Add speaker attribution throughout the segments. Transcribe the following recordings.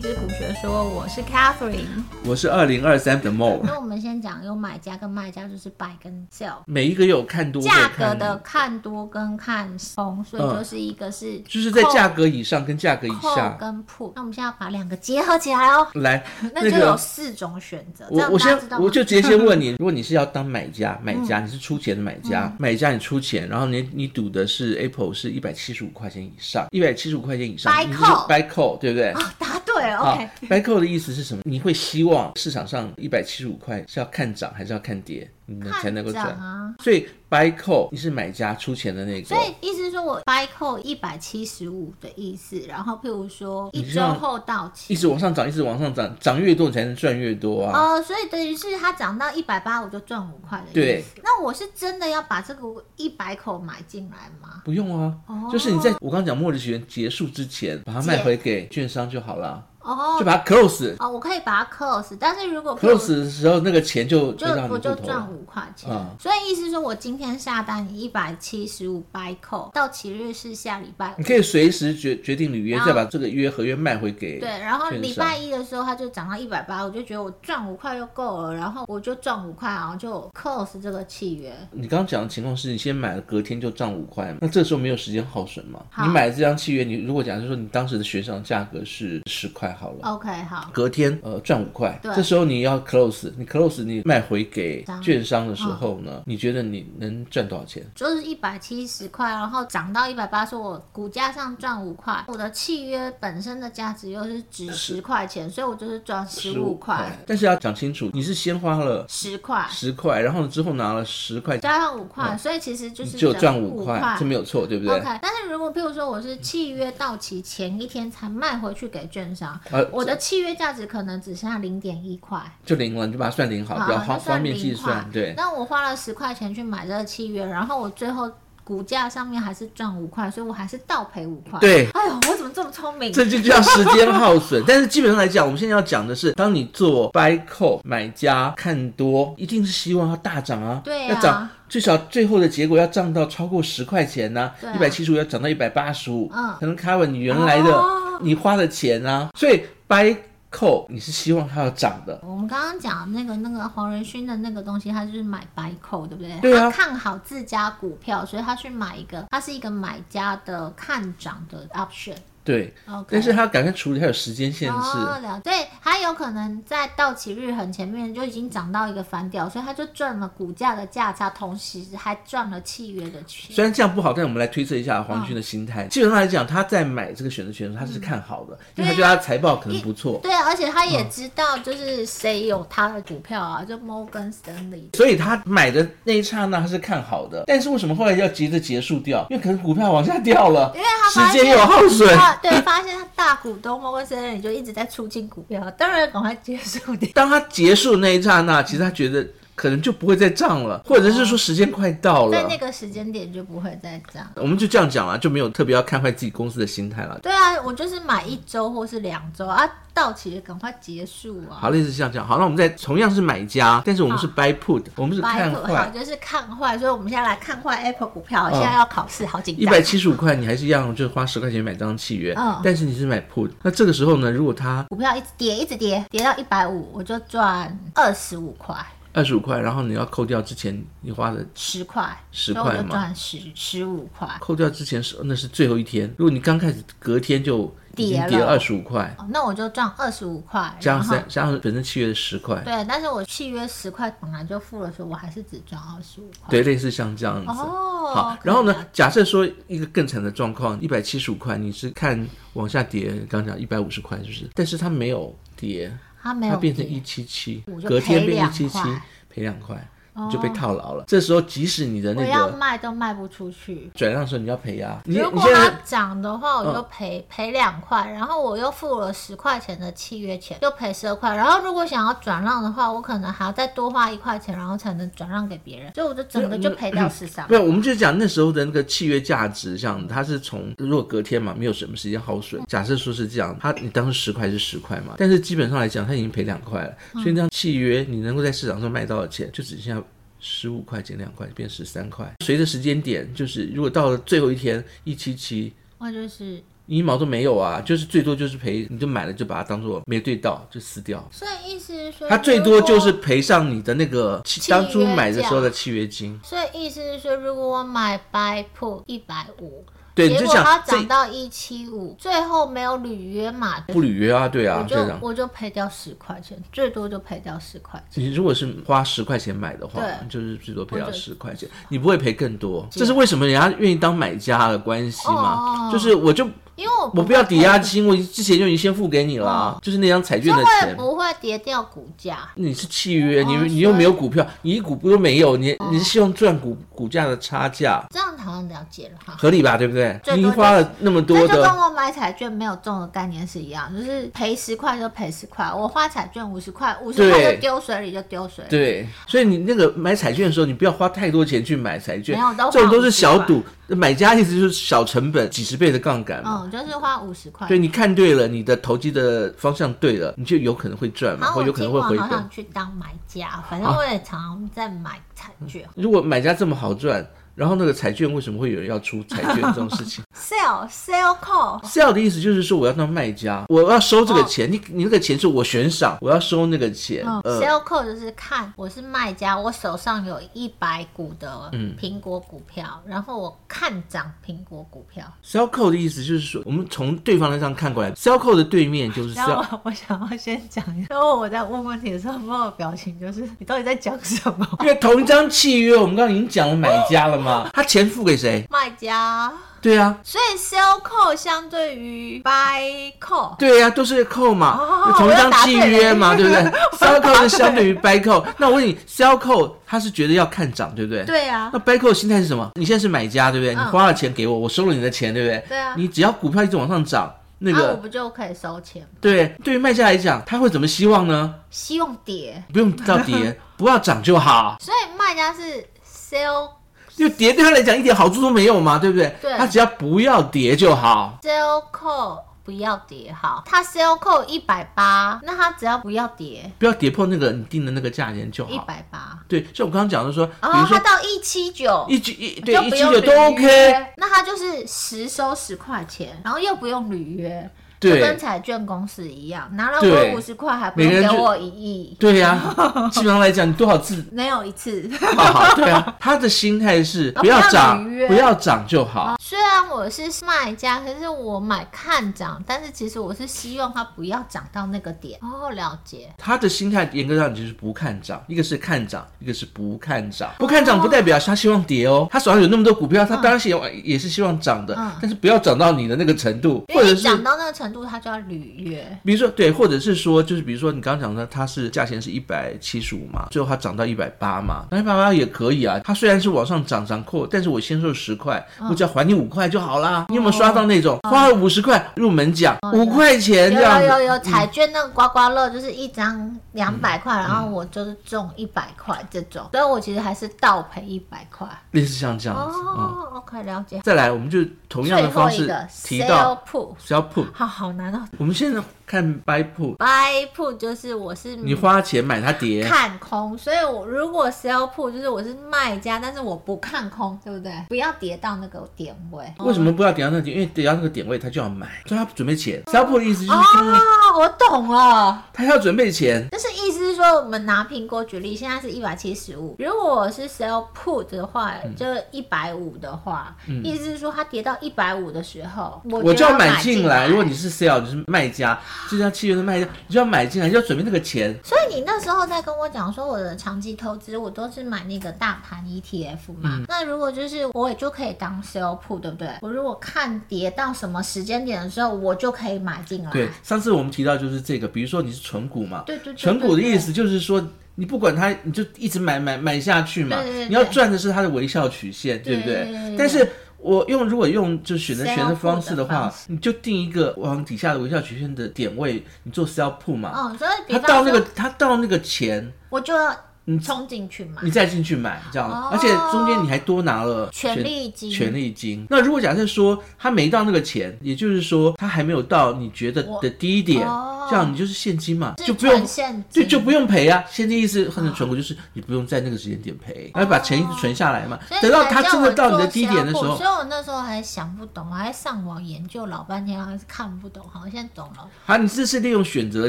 Speaker 1: 之谷学说，我是 Catherine。
Speaker 2: 我是二零二三的 Mo，
Speaker 1: 那我们先讲有买家跟卖家，就是 buy 跟 sell。
Speaker 2: 每一个有看多
Speaker 1: 价
Speaker 2: 或
Speaker 1: 格
Speaker 2: 看
Speaker 1: 的看多跟看空，所以
Speaker 2: 嗯
Speaker 1: 就是一个是
Speaker 2: 就是在
Speaker 1: 扣
Speaker 2: 价格以上跟价格以
Speaker 1: 扣
Speaker 2: 下。
Speaker 1: 跟 put。那我们现在把两个结合起来哦，
Speaker 2: 来，
Speaker 1: 那就
Speaker 2: 个
Speaker 1: 有四种选择。这
Speaker 2: 我
Speaker 1: 样
Speaker 2: 啊我
Speaker 1: 大
Speaker 2: 先
Speaker 1: 家知道吗嗯
Speaker 2: 我就直接先 问你，如果你是要当买家，买家你是出钱的买家，买家你出钱，然后你你赌的是 Apple 是一百七十五块钱以上，一百七十五块钱以上
Speaker 1: Buy
Speaker 2: 你就是
Speaker 1: call
Speaker 2: buy call 对不对？
Speaker 1: 哦，答对了
Speaker 2: 好
Speaker 1: ，OK。
Speaker 2: ，buy call 的意思是什么？你会希望市场上一百七十五块是要看涨还是要看跌，你能才能够
Speaker 1: 看涨
Speaker 2: 赚？
Speaker 1: 啊！
Speaker 2: 所以 buy call 你是买家出钱的那个
Speaker 1: 所，以意思是说我 buy 扣一百七十五的意思，然后譬如说
Speaker 2: 你
Speaker 1: 一
Speaker 2: 这
Speaker 1: 周
Speaker 2: 样
Speaker 1: 后到期
Speaker 2: 一，直往上涨，一直往上涨，涨越多你才能赚越多啊。
Speaker 1: 哦，所以等于是它涨到一百八，我就赚五块的意思。
Speaker 2: 对，
Speaker 1: 那我是真的要把这个一百口买进来吗？
Speaker 2: 不用啊，
Speaker 1: 哦
Speaker 2: 就是你在我刚刚讲末日起源结束之前，把它卖回给券商就好了，
Speaker 1: 哦
Speaker 2: 就把它 close
Speaker 1: 哦，我可以把它 close，但是如果
Speaker 2: close 的时候，那个钱就
Speaker 1: 就
Speaker 2: 回到你啊
Speaker 1: 我
Speaker 2: 户
Speaker 1: 就
Speaker 2: 头
Speaker 1: 赚
Speaker 2: 了。
Speaker 1: 五块钱，
Speaker 2: 嗯
Speaker 1: 所以意思是说我今天下单一百七十五 buy call，到期日是下礼拜五
Speaker 2: 你。可以随时决决定履约，
Speaker 1: 然后
Speaker 2: 再把这个约合约卖回给
Speaker 1: 哦对，然后
Speaker 2: 券
Speaker 1: 礼
Speaker 2: 商
Speaker 1: 拜一的时候它就涨到一百八，我就觉得我赚五块就够了，然后我就赚五块，然后就 close 这个契约。
Speaker 2: 你刚刚讲的情况是你先买了，隔天就涨五块嘛，那这时候没有时间耗损嘛？
Speaker 1: 好
Speaker 2: 你买这张契约，你如果假设说你当时的悬赏价格是十块好了。
Speaker 1: OK，好，
Speaker 2: 隔天呃赚五块
Speaker 1: 对，
Speaker 2: 这时候你要 close，你 close 你卖回给
Speaker 1: 商嗯
Speaker 2: 券商的时候呢，你觉得你能赚多少钱？
Speaker 1: 就是一百七十块，然后涨到一百八，说我股价上赚五块，我的契约本身的价值又是值十块钱，所以我就是赚十五块，，
Speaker 2: 但是要讲清楚，你是先花了
Speaker 1: 十块
Speaker 2: 十块，然后之后拿了十块，
Speaker 1: 加上五块，所以其实就
Speaker 2: 哦你
Speaker 1: 是
Speaker 2: 只有赚
Speaker 1: 五
Speaker 2: 五块，这没有错，对不对？
Speaker 1: OK，但是如果譬如说我是契约到期前一天才卖回去给券商，
Speaker 2: 呃，
Speaker 1: 我的契约价值可能只剩下零点一块，
Speaker 2: 就零了，你就把它算零好，
Speaker 1: 好
Speaker 2: 啊比较
Speaker 1: 那
Speaker 2: 方
Speaker 1: 算
Speaker 2: 方便
Speaker 1: 零
Speaker 2: 计算
Speaker 1: 块。
Speaker 2: 对，
Speaker 1: 那我花了十块钱去买这个契约，然后我最后股价上面还是赚五块，所以我还是倒赔五块。
Speaker 2: 对
Speaker 1: 哎呦，我怎么这么聪明？
Speaker 2: 这就叫时间耗损。但是基本上来讲，我们现在要讲的是，当你做 buy call 买家看多，一定是希望它大涨啊，
Speaker 1: 对啊
Speaker 2: 要涨。最少最后的结果要涨到超过十块钱呐、
Speaker 1: 对啊
Speaker 2: 一百七十五要涨到一百八十五，
Speaker 1: 嗯
Speaker 2: 才能 cover 你原来的、
Speaker 1: 哦
Speaker 2: 你花的钱啊。所以 buy call 你是希望它要涨的，
Speaker 1: 我们刚刚讲那个那个黄仁勋的那个东西，他就是买白口，对不对？
Speaker 2: 对
Speaker 1: 他
Speaker 2: 啊
Speaker 1: 看好自家股票，所以他去买一个，他是一个买家的看涨的 option。
Speaker 2: 对。
Speaker 1: OK，
Speaker 2: 但是它赶快处理，它有时间限制。
Speaker 1: 哦，了对，他有可能在到期日很前面就已经涨到一个反调，所以他就赚了股价的价差，同时还赚了契约的钱。
Speaker 2: 虽然这样不好，但我们来推测一下黄
Speaker 1: 嗯
Speaker 2: 仁勋的心态。基本上来讲，他在买这个选择权的时候，他是看好的，因为他觉得他的财报可能不错。
Speaker 1: 对啊，而且他也
Speaker 2: 嗯
Speaker 1: 知道就是谁有他的股票啊，就 Morgan Stanley。
Speaker 2: 所以他买的那一刹那他是看好的，但是为什么后来要急着结束掉？因为可能股票往下 掉了，
Speaker 1: 因为他发
Speaker 2: 时
Speaker 1: 现
Speaker 2: 间有耗损。
Speaker 1: 啊，对，发现他大股东 Morgan Stanley 就一直在出清股票，当然赶快结束掉。
Speaker 2: 当他结束那一刹那，其实他觉得可能就不会再涨了，或者是说时间快到
Speaker 1: 在
Speaker 2: 了。
Speaker 1: 那个时间点就不会再涨。
Speaker 2: 我们就这样讲了，就没有特别要看坏自己公司的心态了。
Speaker 1: 对啊，我就是买一周或是两周啊，到期了赶快结束啊。
Speaker 2: 好，类似像这样。好，那我们再同样是买家，但是我们是 buy put，我们是
Speaker 1: 拜
Speaker 2: 看
Speaker 1: 托，啊好
Speaker 2: 坏。
Speaker 1: 就是看坏，所以我们现在来看坏 Apple 股票，
Speaker 2: 嗯
Speaker 1: 现在要考试，好紧
Speaker 2: 一
Speaker 1: 张
Speaker 2: 百。七十五块，你还是一样，就是花十块钱买张契约，
Speaker 1: 嗯
Speaker 2: 但是你是买 put。那这个时候呢，如果它
Speaker 1: 股票一直跌，一直跌，跌到一百五，我就赚二十五块，
Speaker 2: 二十五块，然后你要扣掉之前你花的，
Speaker 1: 十块，所
Speaker 2: 10
Speaker 1: 以我
Speaker 2: 块
Speaker 1: 就
Speaker 2: 嘛
Speaker 1: 赚十十五块。
Speaker 2: 扣掉之前是那是最后一天。如果你刚开始隔天就已经
Speaker 1: 跌
Speaker 2: 跌
Speaker 1: 了啊
Speaker 2: 二十五块，
Speaker 1: 哦那我就赚二十五块，
Speaker 2: 加上
Speaker 1: 然后
Speaker 2: 三加上本身契约的十块，
Speaker 1: 对，但是我契约十块本来就付了，所以我还是只赚二十五块。
Speaker 2: 对，类似像这样子。
Speaker 1: 哦，
Speaker 2: 好，
Speaker 1: 可以
Speaker 2: 然后呢
Speaker 1: 了？？
Speaker 2: 假设说一个更惨的状况，一百七十五块，你是看往下跌，刚刚讲一百五十块，是不是？但是它没有跌，
Speaker 1: 它没
Speaker 2: 它
Speaker 1: 有
Speaker 2: 变成
Speaker 1: 跌
Speaker 2: 一七七
Speaker 1: 我，就
Speaker 2: 隔天
Speaker 1: 赔
Speaker 2: 变
Speaker 1: 两
Speaker 2: 一七七
Speaker 1: 块，哦
Speaker 2: 赔两块，你就被套牢了。这时候即使你的那
Speaker 1: 我要
Speaker 2: 个
Speaker 1: 卖都卖不出去。
Speaker 2: 转让的时候你要赔啊，你
Speaker 1: 如
Speaker 2: 你
Speaker 1: 果
Speaker 2: 现
Speaker 1: 它
Speaker 2: 在嗯
Speaker 1: 涨的话，我就赔赔两块，然后我又付了十块钱的契约钱，就赔十二块。然后如果想要转让的话，我可能还要再多花一块钱，然后才能转让给别人，所以我就整个就赔掉十三
Speaker 2: 不。是，我们就讲那时候的那个契约价值，像它是从如果隔天嘛，没有什么时间耗损。假设说是这样，它你当时十块是十块嘛，但是基本上来讲，它已经赔两块了，所以那张契约你能够在市场上卖到的钱就只剩下。十五块减两块变十三块，随着时间点，就是如果到了最后一天一七七，
Speaker 1: 或就是
Speaker 2: 你一毛都没有啊，就是最多就是赔，你就买了就把它当做没对到就撕掉。
Speaker 1: 所以意思是说，
Speaker 2: 它最多就是
Speaker 1: 如果。
Speaker 2: 赔上你的那个契
Speaker 1: 契约
Speaker 2: 当初买的时候的契约金。
Speaker 1: 所以意思是说，如果我买白铺一百五，
Speaker 2: 对，你
Speaker 1: 结
Speaker 2: 就
Speaker 1: 果它
Speaker 2: 想这
Speaker 1: 涨到一七五，最后没有履约嘛，
Speaker 2: 不履约啊，对
Speaker 1: 我
Speaker 2: 啊，
Speaker 1: 就
Speaker 2: 这样。
Speaker 1: 我就赔掉十块钱，最多就赔掉十块钱。
Speaker 2: 你如果是花十块钱买的话
Speaker 1: 对，
Speaker 2: 就是最多赔
Speaker 1: 或
Speaker 2: 到
Speaker 1: 者
Speaker 2: 十块钱，你不会赔更多。这是为什么人家愿意当买家的关系
Speaker 1: 哦
Speaker 2: 嘛？就是我就
Speaker 1: 因为我哎
Speaker 2: 我
Speaker 1: 不
Speaker 2: 不要
Speaker 1: 会
Speaker 2: 抵押金，我之前就已经先付给你了
Speaker 1: 哦
Speaker 2: 啊，就是那张彩
Speaker 1: 赔，
Speaker 2: 券
Speaker 1: 它
Speaker 2: 的
Speaker 1: 会
Speaker 2: 钱。
Speaker 1: 不会跌掉股价？
Speaker 2: 你是契约，你
Speaker 1: 哦
Speaker 2: 你又
Speaker 1: 所以
Speaker 2: 没有股票，你一股都没有，你你是希望赚股股价的差价，
Speaker 1: 这样好像了解了哈。
Speaker 2: 合理吧？对不对？
Speaker 1: 最多
Speaker 2: 你
Speaker 1: 就是
Speaker 2: 花了那么
Speaker 1: 这
Speaker 2: 多
Speaker 1: 就跟
Speaker 2: 的，
Speaker 1: 我买彩券没有中的概念是一样，就是赔十块就赔十块，我花彩券五十块，五十块
Speaker 2: 对
Speaker 1: 就丢水里就丢水里。
Speaker 2: 对，所以你那个买彩券的时候，你不要花太多钱去买彩券
Speaker 1: 没有都，
Speaker 2: 这种
Speaker 1: 花
Speaker 2: 都是小
Speaker 1: 50
Speaker 2: 赌，买家意思就是小成本，几十倍的杠杆嘛。
Speaker 1: 嗯，就是花五十块。
Speaker 2: 对，你看对了，你的投机的方向对了，你就有可能会赚嘛，
Speaker 1: 然后
Speaker 2: 或
Speaker 1: 我
Speaker 2: 有可
Speaker 1: 今
Speaker 2: 能
Speaker 1: 晚
Speaker 2: 会回
Speaker 1: 好
Speaker 2: 本啊
Speaker 1: 想。去当买家，反正我也常常在买彩券。
Speaker 2: 如果买家这么好赚，然后那个彩券为什么会有人要出彩券这种 事情
Speaker 1: sell sell call，
Speaker 2: ？sell 的意思就是说我要当卖家，我要收这个钱，你你那个钱是我悬赏，我要收那个钱。
Speaker 1: 哦嗯
Speaker 2: 呃，
Speaker 1: ，sell call 就是看我是卖家，我手上有一百股的苹果股票，然后我看涨苹果股票，
Speaker 2: sell call 的意思就是说，我们从对方那张看过来，sell call 的对面就是啊
Speaker 1: 然后
Speaker 2: sell。
Speaker 1: 我我想要先讲一下，因为我在问问题的时候，我的表情就是你到底在讲什么？
Speaker 2: 因为同一张契约，我们刚刚已经讲了买家了嘛，他钱付给谁？
Speaker 1: 卖家，
Speaker 2: 对啊，
Speaker 1: 所以 sell call 相对于 buy call，
Speaker 2: 对呀、都是扣嘛，
Speaker 1: 哦
Speaker 2: 同一张契约嘛，
Speaker 1: 我
Speaker 2: 对
Speaker 1: 又
Speaker 2: 不
Speaker 1: 答
Speaker 2: 对
Speaker 1: 对了
Speaker 2: ？sell 扣是相对于 buy 扣，那我问你，sell 扣他是觉得要看涨，对不对？。
Speaker 1: 对啊
Speaker 2: 那，buy 扣心态是什么？你现在是买家，对不对？你
Speaker 1: 嗯
Speaker 2: 花了钱给我，我收了你的钱，对不对？
Speaker 1: 对啊
Speaker 2: 你只要股票一直往上涨，那
Speaker 1: 那、啊我
Speaker 2: 个
Speaker 1: 不就可以收钱吗？
Speaker 2: 对，对于卖家来讲，他会怎么希望呢？
Speaker 1: 希望跌，
Speaker 2: 不用到 跌，不要涨就好，
Speaker 1: 所以卖家是 sell
Speaker 2: 因为跌对他来讲一点好处都没有嘛，对不对？
Speaker 1: 对
Speaker 2: 他只要不要跌就好。
Speaker 1: sell call 不要跌好，他 sell call 一百八，那他只要不要跌
Speaker 2: 不要跌破那个你定的那个价钱就
Speaker 1: 一
Speaker 2: 好。
Speaker 1: 百哦八，
Speaker 2: 对，像我刚刚讲的说，
Speaker 1: 然
Speaker 2: 比如
Speaker 1: 后他
Speaker 2: 说
Speaker 1: 到一七九。
Speaker 2: 一举一
Speaker 1: 就
Speaker 2: 对一
Speaker 1: 不
Speaker 2: 七
Speaker 1: 用
Speaker 2: 九都
Speaker 1: 履
Speaker 2: OK，
Speaker 1: 约那他就是实收十块钱，然后又不用履约，就
Speaker 2: 对
Speaker 1: 跟彩券公司一样，拿了
Speaker 2: 对
Speaker 1: 我五十块还不用
Speaker 2: 每个
Speaker 1: 给
Speaker 2: 人就
Speaker 1: 我一亿，
Speaker 2: 对呀、基本上来讲，你多少次
Speaker 1: 没有一 次。
Speaker 2: 好好，对 啊，他的心态是
Speaker 1: 啊
Speaker 2: 不要
Speaker 1: 不要
Speaker 2: 涨
Speaker 1: 履约，哦
Speaker 2: 不要涨就好。
Speaker 1: 虽然我是卖家，可是我买看涨，但是其实我是希望它不要涨到那个点。哦，了解。
Speaker 2: 他的心态严格上就是不看涨，一个是看涨，一个是不看涨。不看涨不代表他希望跌哦，他手上有那么多股票，他当然希望也是希望涨的
Speaker 1: 嗯，
Speaker 2: 但是不要涨到你的那个程度，
Speaker 1: 因
Speaker 2: 或
Speaker 1: 为
Speaker 2: 者
Speaker 1: 你
Speaker 2: 是
Speaker 1: 涨到那个程度，它就要履约。
Speaker 2: 比如说对，或者是说，就是比如说你刚刚讲的，它是价钱是一百七十五嘛，最后它涨到一百八嘛，那一百八也可以啊。它虽然是往上涨涨扣，但是我先收十块，
Speaker 1: 嗯
Speaker 2: 我只要还你五块就好啦。你有没有刷到那种花了五十块入门奖五块钱
Speaker 1: 哦有
Speaker 2: 这样
Speaker 1: 有有
Speaker 2: 子？
Speaker 1: 有彩券那个刮刮乐，就是一张两百块，然后我就是中一百块这种，所以我其实还是倒赔一百块。
Speaker 2: 类似像这样子，嗯。
Speaker 1: 哦，OK，了解。
Speaker 2: 再来，我们就同样
Speaker 1: 最
Speaker 2: 的
Speaker 1: 后
Speaker 2: 方
Speaker 1: 一
Speaker 2: 式
Speaker 1: 个
Speaker 2: 提到
Speaker 1: sell put，
Speaker 2: sell put，
Speaker 1: 好好难哦。
Speaker 2: 我们现在看 buy put，
Speaker 1: buy put 就是我是
Speaker 2: 你花钱买它跌，
Speaker 1: 嗯看空，所以我如果 sell put 就是我是卖家，但是我不看空，对不对？不要跌到那个点位。
Speaker 2: 为什么不要点到那个点？因为点到那个点位，他就要买，所以他准备钱。sell put 的意思就是
Speaker 1: 哦
Speaker 2: 说，，
Speaker 1: 我懂了。
Speaker 2: 他要准备钱，
Speaker 1: 就是意思是说，我们拿苹果举例，现在是一百七十五。如果我是 sell put 的话，
Speaker 2: 嗯
Speaker 1: 就一百五的话，意思是说它跌到一百五的时候，我
Speaker 2: 我就
Speaker 1: 要
Speaker 2: 要
Speaker 1: 买
Speaker 2: 买进来。如果你是 sale，你是卖家，这张契约的卖家，你就要买进来，就要准备那个钱。
Speaker 1: 所以你那时候在跟我讲说，我的长期投资我都是买那个大盘 ETF 嘛。
Speaker 2: 嗯
Speaker 1: 那如果就是我也就可以当 sell put，对不对？我如果看跌到什么时间点的时候，我就可以买进来。
Speaker 2: 对，上次我们提到就是这个，比如说你是纯股嘛，
Speaker 1: 对对对
Speaker 2: 纯股的意思就是说。你不管它，你就一直买买买下去嘛。
Speaker 1: 对对对
Speaker 2: 你要赚的是它的微笑曲线，
Speaker 1: 对
Speaker 2: 对不
Speaker 1: 对对对
Speaker 2: 但是我用如果用就选择
Speaker 1: Sell
Speaker 2: 权的方式的
Speaker 1: put 的
Speaker 2: 话
Speaker 1: 方，式
Speaker 2: 你就定一个往底下的微笑曲线的点位，你做 sell put 嘛。
Speaker 1: 嗯，所以比
Speaker 2: 它
Speaker 1: 方
Speaker 2: 到那
Speaker 1: 说
Speaker 2: 个，它到那个钱，
Speaker 1: 我就要
Speaker 2: 你
Speaker 1: 冲进去买
Speaker 2: 你再进去买这样，
Speaker 1: 哦
Speaker 2: 而且中间你还多拿了
Speaker 1: 权利金
Speaker 2: 权利金。那如果假设说他没到那个钱，也就是说他还没有到你觉得
Speaker 1: 我
Speaker 2: 的低点
Speaker 1: 哦，
Speaker 2: 这样你就是现金嘛，
Speaker 1: 是
Speaker 2: 就不用
Speaker 1: 存现
Speaker 2: 就
Speaker 1: 金，
Speaker 2: 就不用赔啊！现在意思很存股就是你不用在那个时间点赔，要把钱存下来嘛
Speaker 1: 哦所以。
Speaker 2: 等到它
Speaker 1: 才叫
Speaker 2: 真的
Speaker 1: 我
Speaker 2: 到你的
Speaker 1: 做
Speaker 2: 低点的时
Speaker 1: 销售
Speaker 2: 候
Speaker 1: 所，以我那时候还想不懂，我还上网研究老半天，还是看不懂。好，现在懂了，
Speaker 2: 啊，你这是利用选择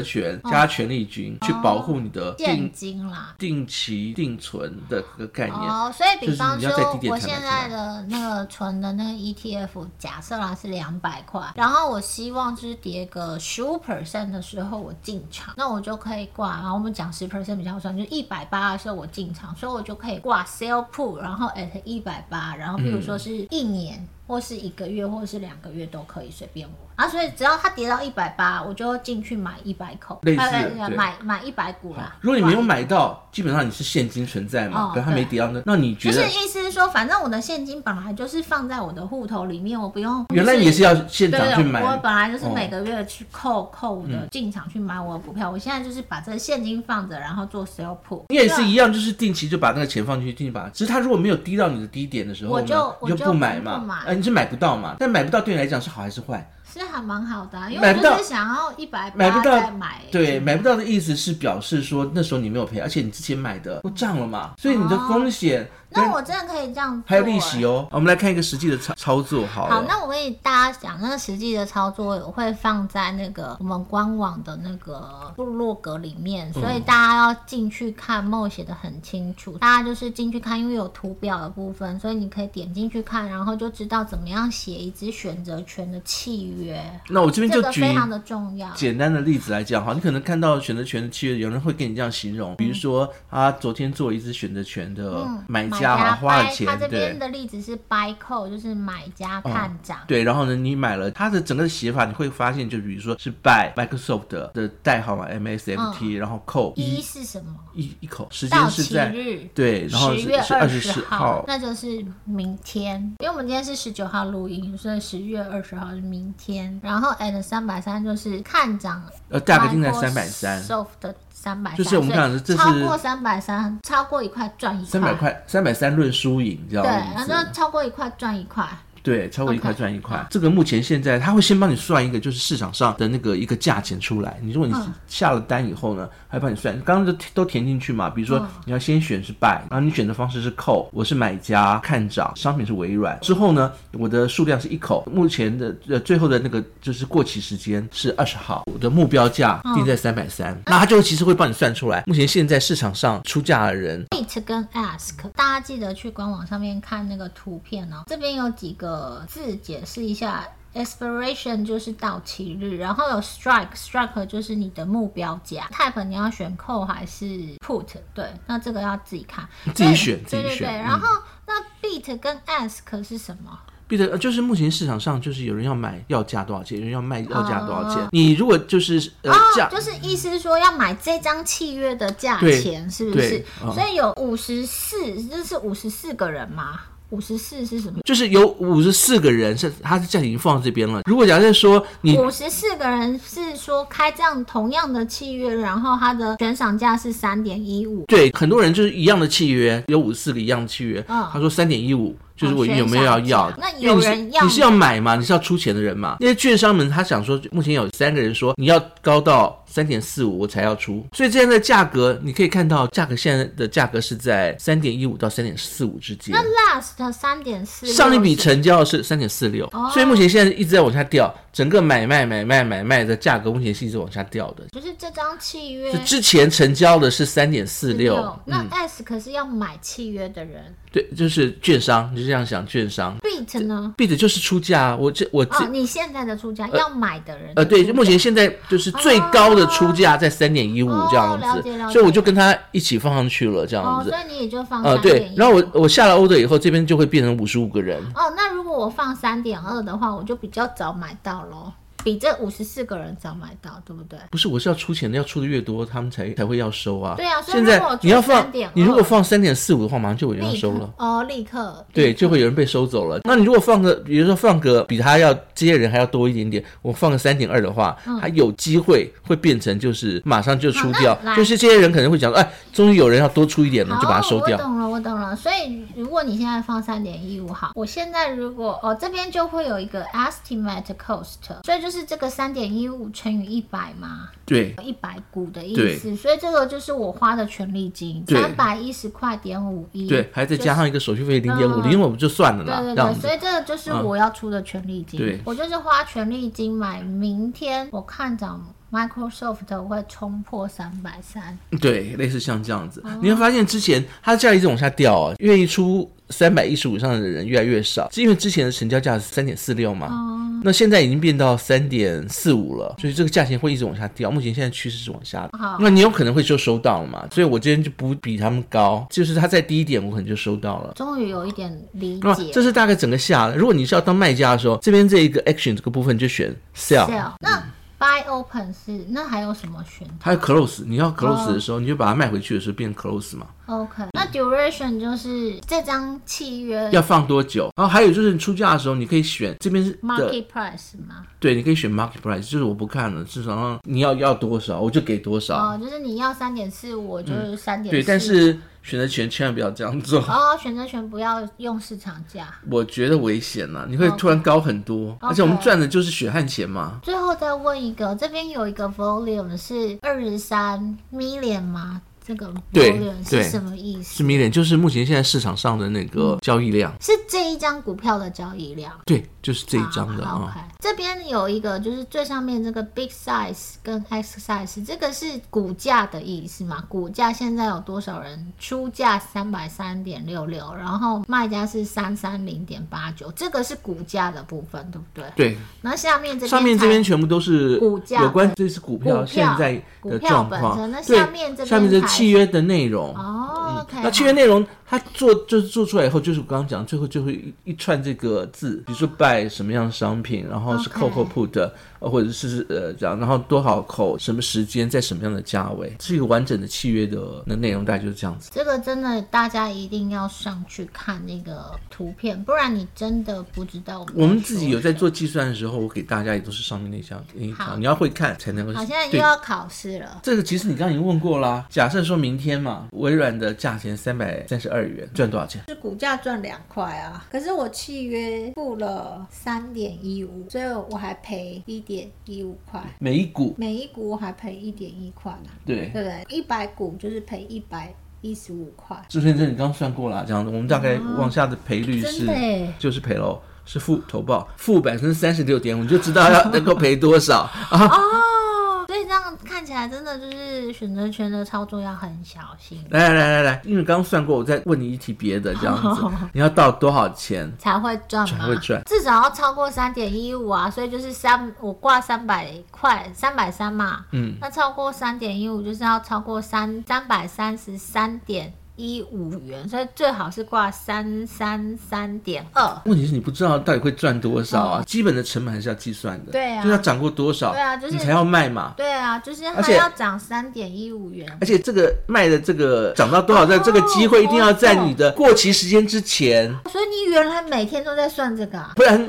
Speaker 2: 权
Speaker 1: 哦
Speaker 2: 加权利金去保护你的
Speaker 1: 现
Speaker 2: 定
Speaker 1: 金啦。
Speaker 2: 定期定存的这个概念。
Speaker 1: 哦，所以比方说
Speaker 2: 就是你要在低，点
Speaker 1: 我
Speaker 2: 才买
Speaker 1: 现
Speaker 2: 进
Speaker 1: 在
Speaker 2: 来
Speaker 1: 的那个存的那个 ETF，假设啦是两百块，然后我希望就是跌个十五 percent 的时候我进场，那我就可以挂。然后我们讲十 percent 比较好算，就一百八的时候我进场，所以我就可以挂 sell put，然后 at 一百八，然后比如说
Speaker 2: 嗯
Speaker 1: 是一年。或是一个月，或是两个月都可以随便我啊，所以只要它跌到一百八，我就进去买一百口，
Speaker 2: 类似
Speaker 1: 呃
Speaker 2: 对
Speaker 1: 买买一百股啦。
Speaker 2: 如果你没有
Speaker 1: 挂
Speaker 2: 买到，基本上你是现金存在嘛
Speaker 1: 哦，
Speaker 2: 可它没跌到那，那你觉
Speaker 1: 就
Speaker 2: 得
Speaker 1: 是意思是说，反正我的现金本来就是放在我的户头里面，我不用。
Speaker 2: 原来你也是要现
Speaker 1: 对
Speaker 2: 场去
Speaker 1: 对，啊我
Speaker 2: 买？
Speaker 1: 本来就是
Speaker 2: 哦
Speaker 1: 每个月去扣、扣我的进场去买我的股票，我现在就是把这个现金放着，然后做 sell put。啊
Speaker 2: 嗯你也是一样，就是定期就把那个钱放进去，定期把。只是它如果没有低到你的低点的时候
Speaker 1: 我
Speaker 2: 呢，
Speaker 1: 就我
Speaker 2: 你
Speaker 1: 就
Speaker 2: 不买
Speaker 1: 不买嗯
Speaker 2: 嘛，呃，你是买不到嘛。但买不到对你来讲是好还是坏？
Speaker 1: 是还蛮好的啊、因为
Speaker 2: 买
Speaker 1: 我
Speaker 2: 不
Speaker 1: 就
Speaker 2: 到
Speaker 1: 是想要一百
Speaker 2: 买不
Speaker 1: 八
Speaker 2: 到
Speaker 1: 再买。
Speaker 2: 对，买不到的意思是表示说那时候你没有赔，而且你之前买的都涨了嘛，所以你的风险跟、
Speaker 1: 哦那我真的可以这样做、
Speaker 2: 还有利息哦。我们来看一个实际的操操作好了。
Speaker 1: 好，那我给大家讲那个实际的操作，我会放在那个我们官网的那个部落格里面，所
Speaker 2: 嗯
Speaker 1: 以大家要进去看，梦写的很清楚。大家就是进去看，因为有图表的部分，所以你可以点进去看，然后就知道怎么样写一支选择权的契约，
Speaker 2: 那我这边
Speaker 1: 这
Speaker 2: 就
Speaker 1: 个
Speaker 2: 举
Speaker 1: 非常的重要。
Speaker 2: 简单的例子来讲哈，你可能看到选择权的契约，有人会跟你这样形容，比如说他昨天做一只选择权的
Speaker 1: 嗯，
Speaker 2: 呃买家
Speaker 1: 家
Speaker 2: 哈，花了
Speaker 1: 掰
Speaker 2: 钱
Speaker 1: 他这
Speaker 2: 对哦
Speaker 1: 边。的例子是 buy call，就是买家看涨。
Speaker 2: 对，然后呢，你买了它的整个写法，你会发现，就比如说是 buy Microsoft 的的代号嘛，MSFT，、然后扣
Speaker 1: 嗯一
Speaker 2: 一
Speaker 1: 是什么？
Speaker 2: 一一口，时
Speaker 1: 到
Speaker 2: 间是
Speaker 1: 期
Speaker 2: 在
Speaker 1: 日。
Speaker 2: 对，然后
Speaker 1: 十月
Speaker 2: 是是二十
Speaker 1: 四
Speaker 2: 四号，
Speaker 1: 那就是明天，因为我们今天是十九号录音，所以十月二十号是明天。然后 at 三百三就是看涨，
Speaker 2: 呃，价格定在三百三，
Speaker 1: soft 的三百，
Speaker 2: 就是我们讲的这是
Speaker 1: 超过三百三，超过一块赚一块，
Speaker 2: 三百。块，三百三论输赢，这
Speaker 1: 对，
Speaker 2: 样
Speaker 1: 然
Speaker 2: 子。
Speaker 1: 后超过一块赚一块，
Speaker 2: 对，超过一块
Speaker 1: OK，
Speaker 2: 赚一块。这个目前现在他会先帮你算一个，就是市场上的那个一个价钱出来。你如果你
Speaker 1: 嗯
Speaker 2: 下了单以后呢，还帮你算，刚刚都都填进去嘛。比如说
Speaker 1: 嗯
Speaker 2: 你要先选是 buy，然后你选的方式是扣，我是买家看涨，商品是微软。之后呢，我的数量是一口，目前的呃最后的那个就是过期时间是二十号，我的目标价定
Speaker 1: 嗯
Speaker 2: 在三百三，那他就其实会帮你算出来。目前现在市场上出价的人
Speaker 1: it 跟 ask，大家记得去官网上面看那个图片哦。这边有几个字解释一下。expiration 就是到期日，然后有 strike，strike 就是你的目标价，type 你要选 call 还是 put，对，那这个要自己看，
Speaker 2: 自己选
Speaker 1: 对
Speaker 2: 自
Speaker 1: 对
Speaker 2: 己
Speaker 1: 对，
Speaker 2: 选嗯
Speaker 1: 然后那 beat 跟 ask 是什么？
Speaker 2: 变成呃就是目前市场上就是有人要买要价多少钱，有人要卖要价多少钱。
Speaker 1: 哦
Speaker 2: 你如果就是呃价、
Speaker 1: 哦，就是意思是说要买这张契约的价
Speaker 2: 对
Speaker 1: 钱，是不是
Speaker 2: 对？嗯
Speaker 1: 所以有五十四，这是五十四个人吗？五十四是什么？
Speaker 2: 就是有五十四个人是他的价钱已经放在这边了。如果假设说你
Speaker 1: 五十四个人是说开这样同样的契约，然后它的悬赏价是三点一五，
Speaker 2: 对很多人就是一样的契约，有五十四个一样的契约，
Speaker 1: 嗯
Speaker 2: 他说三点一五。就是我
Speaker 1: 哦
Speaker 2: 有没有要
Speaker 1: 悬赏
Speaker 2: 要
Speaker 1: 价？那
Speaker 2: 因为你是
Speaker 1: 有人要
Speaker 2: 你是要买嘛？你是要出钱的人嘛？那些券商们他想说，目前有三个人说你要高到三点四五我才要出，所以这样的价格你可以看到，价格现在的价格是在三点一五到三点四五之间。
Speaker 1: 那 last 三点四，
Speaker 2: 嗯上一笔成交是三点四六
Speaker 1: 哦，
Speaker 2: 所以目前现在一直在往下掉，整个买卖买卖买卖的价格目前是一直往下掉的。
Speaker 1: 就是这张契约
Speaker 2: 就之前成交的是三点四
Speaker 1: 六
Speaker 2: 六，，嗯
Speaker 1: 那 S 可是要买契约的人
Speaker 2: 对，就是券商，你就这样想券商
Speaker 1: ，beat 呢？
Speaker 2: ，bid 就是出价啊，我这我这、
Speaker 1: 哦，你现在的出价要买的人
Speaker 2: 呃对，
Speaker 1: 出价
Speaker 2: 目前现在就是最高的出价在三点一五
Speaker 1: 啊哦
Speaker 2: 这样
Speaker 1: 了
Speaker 2: 子
Speaker 1: 解了，解
Speaker 2: 所以我就跟他一起放上去了这样
Speaker 1: 哦，
Speaker 2: 子
Speaker 1: 所，以你也就放
Speaker 2: 呃
Speaker 1: 三
Speaker 2: 对
Speaker 1: 点，一。
Speaker 2: 然后我我下了 order 以后，这边就会变成五十五个人，
Speaker 1: 哦，那如果我放三点二的话，我就比较早买到喽。比这五十四个人早买到，对不对？
Speaker 2: 不是，我是要出钱的，要出的越多，他们才才会要收啊。
Speaker 1: 对啊所以
Speaker 2: 现
Speaker 1: 如
Speaker 2: 在
Speaker 1: 果我
Speaker 2: 你要
Speaker 1: 出
Speaker 2: 放
Speaker 1: 3.2，
Speaker 2: 你如果放三点四五的话，马上就有人要
Speaker 1: 嗯立
Speaker 2: 收
Speaker 1: 刻嗯
Speaker 2: 了。
Speaker 1: 哦，立刻
Speaker 2: 对，就会有人被收走了。那你如果放个，比如说放个比他要这些人还要多一点点，我放个三点二的话，
Speaker 1: 嗯
Speaker 2: 还有机会会变成就是马上就出掉
Speaker 1: 好那，来
Speaker 2: 就是这些人可能会讲说，哎，终于有人要多出一点了，
Speaker 1: 好，
Speaker 2: 就把它收
Speaker 1: 哦我
Speaker 2: 掉。
Speaker 1: 懂了，我懂了。所以如果你现在放三点一五好，我现在如果哦这边就会有一个 estimate cost，所以就是这个三点一五乘以一百嘛，
Speaker 2: 对，
Speaker 1: 一百股的意思。所以这个就是我花的权利金，
Speaker 2: 对
Speaker 1: 三百一十块点五一。
Speaker 2: 对，还再加上一个手续费零点五，
Speaker 1: 嗯
Speaker 2: 零五就算了啦，
Speaker 1: 对对
Speaker 2: 这样
Speaker 1: 对，
Speaker 2: 子
Speaker 1: 所。以这个就是我要出的权利金，
Speaker 2: 嗯对
Speaker 1: 我就是花权利金买。明天我看涨 Microsoft 会冲破三百三，
Speaker 2: 对，类似像这样
Speaker 1: 哦
Speaker 2: 子，你会发现之前它的价一直往下掉哦，愿意出三百一十五以上的人越来越少，是因为之前的成交价是三点四六嘛，
Speaker 1: 哦
Speaker 2: 那现在已经变到三点四五了，所以这个价钱会一直往下掉。目前现在趋势是往下的
Speaker 1: 好，
Speaker 2: 那你有可能会就收到了嘛，所以我今天就不比他们高，就是它在低一点，我可能就收到了。
Speaker 1: 终于有一点理
Speaker 2: 那么
Speaker 1: 解。
Speaker 2: 这是大概整个下来，如果你是要当卖家的时候，这边这一个 action 这个部分就选 sell，
Speaker 1: sell 哦那 buy open 是那还有什么选择
Speaker 2: 还有 close，你要
Speaker 1: 哦
Speaker 2: close 的时候，你就把它卖回去的时候变 close 嘛。
Speaker 1: ？OK，那 duration 就是这张契约
Speaker 2: 要放多久？然后还有就是你出价的时候，你可以选这边是的，
Speaker 1: market price 吗？
Speaker 2: 对，你可以选 market price，就是我不看了，至少上你要要多少我就给多少。
Speaker 1: 哦，就是你要三点四，我就是三点。
Speaker 2: 啊嗯对，但是选择权千万不要这样做，
Speaker 1: 哦，选择权不要用市场价，
Speaker 2: 我觉得危险啊了、你会突然高很多而且我们
Speaker 1: OK
Speaker 2: 赚的就是血汗钱嘛。
Speaker 1: 最后再问一个，这边有一个 volume 是二十三 million 吗？这个
Speaker 2: 对
Speaker 1: volume 是
Speaker 2: 对
Speaker 1: 什么意
Speaker 2: 是
Speaker 1: 思？
Speaker 2: 迷恋，就是目前现在市场上的那个交易量，
Speaker 1: 是这一张股票的交易量。
Speaker 2: 对，就是这一张的
Speaker 1: 好好
Speaker 2: 啊、
Speaker 1: 看这边有一个，就是最上面这个 big size 跟 x size，这个是股价的意思嘛？股价现在有多少人出价三百三点六六，然后卖家是三三零点八九，这个是股价的部分，对不对？
Speaker 2: 对，
Speaker 1: 那下面这边
Speaker 2: 上面
Speaker 1: 才
Speaker 2: 这边全部都是
Speaker 1: 股价
Speaker 2: 有关这是
Speaker 1: 股
Speaker 2: 股
Speaker 1: 票
Speaker 2: 票现在
Speaker 1: 股
Speaker 2: 的
Speaker 1: 票
Speaker 2: 状
Speaker 1: 本
Speaker 2: 况
Speaker 1: 身那，
Speaker 2: 对，
Speaker 1: 下面这边
Speaker 2: 下面是
Speaker 1: 才
Speaker 2: 契约的内容。
Speaker 1: 哦，OK，
Speaker 2: 嗯那契约内容，它做就是做出来以后，就是我刚刚讲，最后就会一一串这个字，比如说 buy 什么样的商品，然后是
Speaker 1: 嗯 OK
Speaker 2: 扣扣 put，呃或者是呃这样，然后多少扣，什么时间，在什么样的价位，是一个完整的契约的那内容，大概就是这样子。
Speaker 1: 这个真的大家一定要上去看那个图片，不然你真的不知道
Speaker 2: 我们
Speaker 1: 在
Speaker 2: 自
Speaker 1: 说
Speaker 2: 己有在
Speaker 1: 什么。
Speaker 2: 做计算的时候，我给大家也都是上面那一项那一
Speaker 1: 好
Speaker 2: 条，你要会看才能够。
Speaker 1: 好，现在又
Speaker 2: 对
Speaker 1: 要考试了。
Speaker 2: 这个其实你刚刚已经问过啦。假设说明天嘛，微软的价钱三百三十二元，赚多少钱？
Speaker 1: 是股价赚两块啊，可是我契约付了三点一五，所以我还赔一点一五块，
Speaker 2: 每一股
Speaker 1: 每一股我还赔一点一块呢，
Speaker 2: 对。
Speaker 1: 对不对？一百股就是赔一百一十五块，
Speaker 2: 朱先生，你刚刚算过了，这样我们大概往下的赔率
Speaker 1: 啊真
Speaker 2: 是
Speaker 1: 的耶
Speaker 2: 就是赔喽，是负投报负百分之三十六点五，你就知道要能够赔多少啊。
Speaker 1: 哦，所以这样看起来真的就是选择权的操作要很小心，
Speaker 2: 来来来来来，因为刚刚算过，我再问你一题别的，这样子，你要到多少钱？
Speaker 1: 才会赚嘛，
Speaker 2: 才会赚
Speaker 1: 至少要超过三点一五啊，所以就是三，我挂三百块，三百三嘛，
Speaker 2: 嗯，
Speaker 1: 那超过三点一五就是要超过三三百三十三点一五元，所以最好是挂三三三点二。
Speaker 2: 问题是你不知道到底会赚多少啊，基本的成本还是要计算的，
Speaker 1: 对啊
Speaker 2: 就是要涨过多少，
Speaker 1: 对啊就是
Speaker 2: 你才要卖嘛。
Speaker 1: 对啊，就是
Speaker 2: 而
Speaker 1: 还
Speaker 2: 且
Speaker 1: 要涨三点一五元
Speaker 2: 而。且这个卖的这个涨到多少，在
Speaker 1: 哦
Speaker 2: 这个机会一定要在
Speaker 1: 我懂
Speaker 2: 你的过期时间之前，
Speaker 1: 所以你原来每天都在算这个啊？
Speaker 2: 不然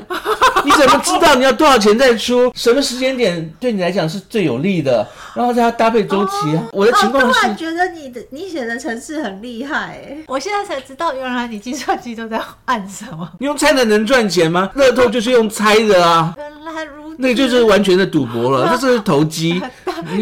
Speaker 2: 你怎么知道你要多少钱再出？什么时间点对你来讲是最有利的？然后再要搭配周期啊。我的情况
Speaker 1: 哦突
Speaker 2: 是
Speaker 1: 然，觉得你的你写的程式很厉害哎！我现在才知道，原来你计算机都在按什么。
Speaker 2: 你用猜的能赚钱吗？乐透就是用猜的啊，
Speaker 1: 原来如此。
Speaker 2: 那个就是完全的赌博
Speaker 1: 嗯
Speaker 2: 了，那这是 投机。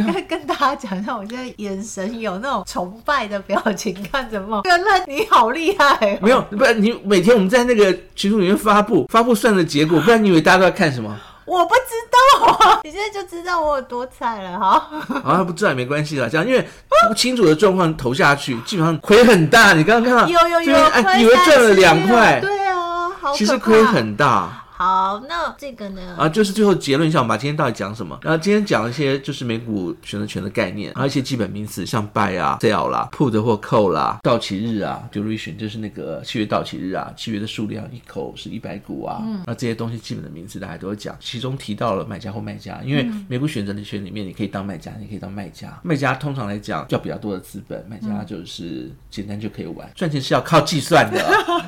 Speaker 1: 跟跟大家讲一下，我现在眼神有那种崇拜的表情看着梦，原来你好厉害、 哦！
Speaker 2: 没有，不然你每天我们在那个群组里面发布发布算的结果，不然你以为大家都在看什么？
Speaker 1: 我不知道啊，你现在就知道我有多菜了 哈。
Speaker 2: 啊，不知道也没关系啦，这样因为不清楚的状况投下去，基本上亏很大。你刚刚看到
Speaker 1: 有有
Speaker 2: 这
Speaker 1: 有
Speaker 2: 边，
Speaker 1: 亏
Speaker 2: 哎，以为赚了两块，
Speaker 1: 对啊，好可怕
Speaker 2: 其实亏很大。
Speaker 1: 好，那这个呢？
Speaker 2: 啊，就是最后结论一下，我们把今天到底讲什么？然后今天讲一些就是美股选择权的概念，然后一些基本名词，像 buy 啊、sell 啦、put 或 call 啦、到期日啊、duration 就是那个契约到期日啊、契约的数量一口是一百股啊，那、这些东西基本的名词大家都会讲。其中提到了买家或卖家，因为美股选择权里面你可以当卖家，你可以当卖家。卖家通常来讲要比较多的资本，卖家就是简单就可以玩，赚钱是要靠计算的，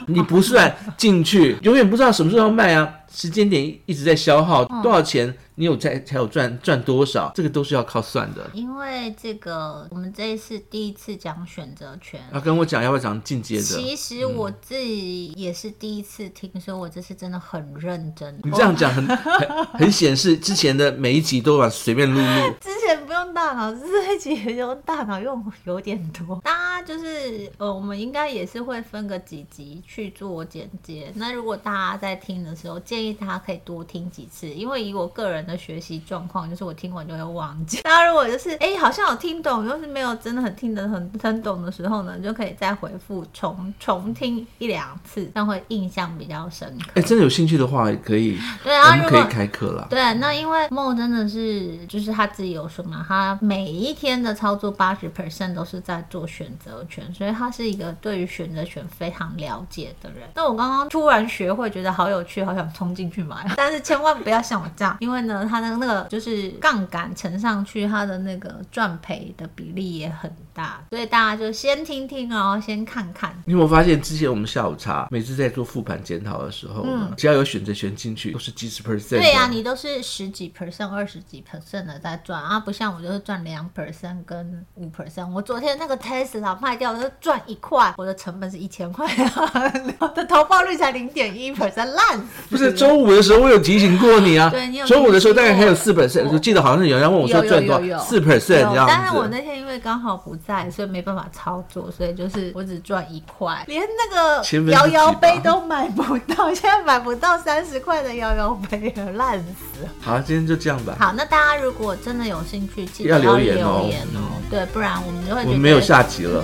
Speaker 2: 你不算进去，永远不知道什么时候要卖啊。时间点一直在消耗，
Speaker 1: 嗯
Speaker 2: 多少钱你有在才有赚赚多少，这个都是要靠算的。
Speaker 1: 因为这个我们这一次第一次讲选择权，
Speaker 2: 要跟我讲要不要讲进阶
Speaker 1: 其
Speaker 2: 啊的？嗯
Speaker 1: 实我自己也是第一次听说，我这次真的很认真。
Speaker 2: 你这样 讲很很很显示之前的每一集都把随便录 录。
Speaker 1: 之前不用大脑，这一集用大脑用有点多。 大家就是呃，我们应该也是会分个几集去做简介。那如果大家在听的时候，建议大家可以多听几次，因为以我个人的学习状况，就是我听完就会忘记。 大家如果就是哎、好像有听懂，又是没有真的很听得很很懂的时候呢，就可以再回复重重听一两次，这样会印象比较深刻。
Speaker 2: 哎、真的有兴趣的话也可以，
Speaker 1: 对
Speaker 2: 我
Speaker 1: 啊，
Speaker 2: 们
Speaker 1: 如
Speaker 2: 可以
Speaker 1: 果
Speaker 2: 开课了。
Speaker 1: 对，那因为梦真的是，就是他自己有说嘛，他每一天的操作八十 percent 都是在做选择权，所以他是一个对于选择权非常了解的人。那我刚刚突然学会，觉得好有趣，好想冲进去买， 但是千万不要像我这样，因为呢，他的那个就是杠杆乘上去，他的那个赚赔的比例也很大，所以大家就先听听，然后先看看。
Speaker 2: 你有没有发现，之前我们下午茶每次在做复盘检讨的时候呢，只要有选择权进去，都是几十 percent。
Speaker 1: 嗯对呀、你都是十几 percent、二十几 percent 的在赚啊，不像我就是赚两 percent 跟五 percent。我昨天那个 Tesla 卖掉就赚一块，我的成本是一千块， 我的投报率才零点一 percent，烂死。
Speaker 2: 不是周五的时候，我有提醒过你啊。
Speaker 1: 对你有
Speaker 2: 周五的时候大概还有
Speaker 1: 提
Speaker 2: 四
Speaker 1: 醒
Speaker 2: percent，
Speaker 1: 过
Speaker 2: 我记得好像有人问我说
Speaker 1: 有
Speaker 2: 赚
Speaker 1: 有
Speaker 2: 多
Speaker 1: 有
Speaker 2: 少，
Speaker 1: 有
Speaker 2: 四 percent 这样子。
Speaker 1: 但是我那天因为刚好不在，所以没办法操作，所以就是我只赚一块，连那
Speaker 2: 千
Speaker 1: 个
Speaker 2: 分之
Speaker 1: 摇摇
Speaker 2: 几吧
Speaker 1: 杯都买不到， 现在买不到三十块的摇摇杯了，烂死了。
Speaker 2: 好，今天就这样吧。
Speaker 1: 好，那大家如果真的有兴趣，记得
Speaker 2: 要留
Speaker 1: 言
Speaker 2: 言哦
Speaker 1: 言哦对，不然我们就会
Speaker 2: 我
Speaker 1: 觉得
Speaker 2: 们没有下集了，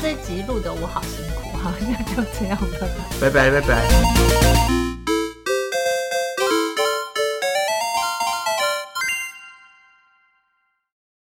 Speaker 1: 这集录的我好辛苦，好，那就这样吧。
Speaker 2: 拜拜拜拜。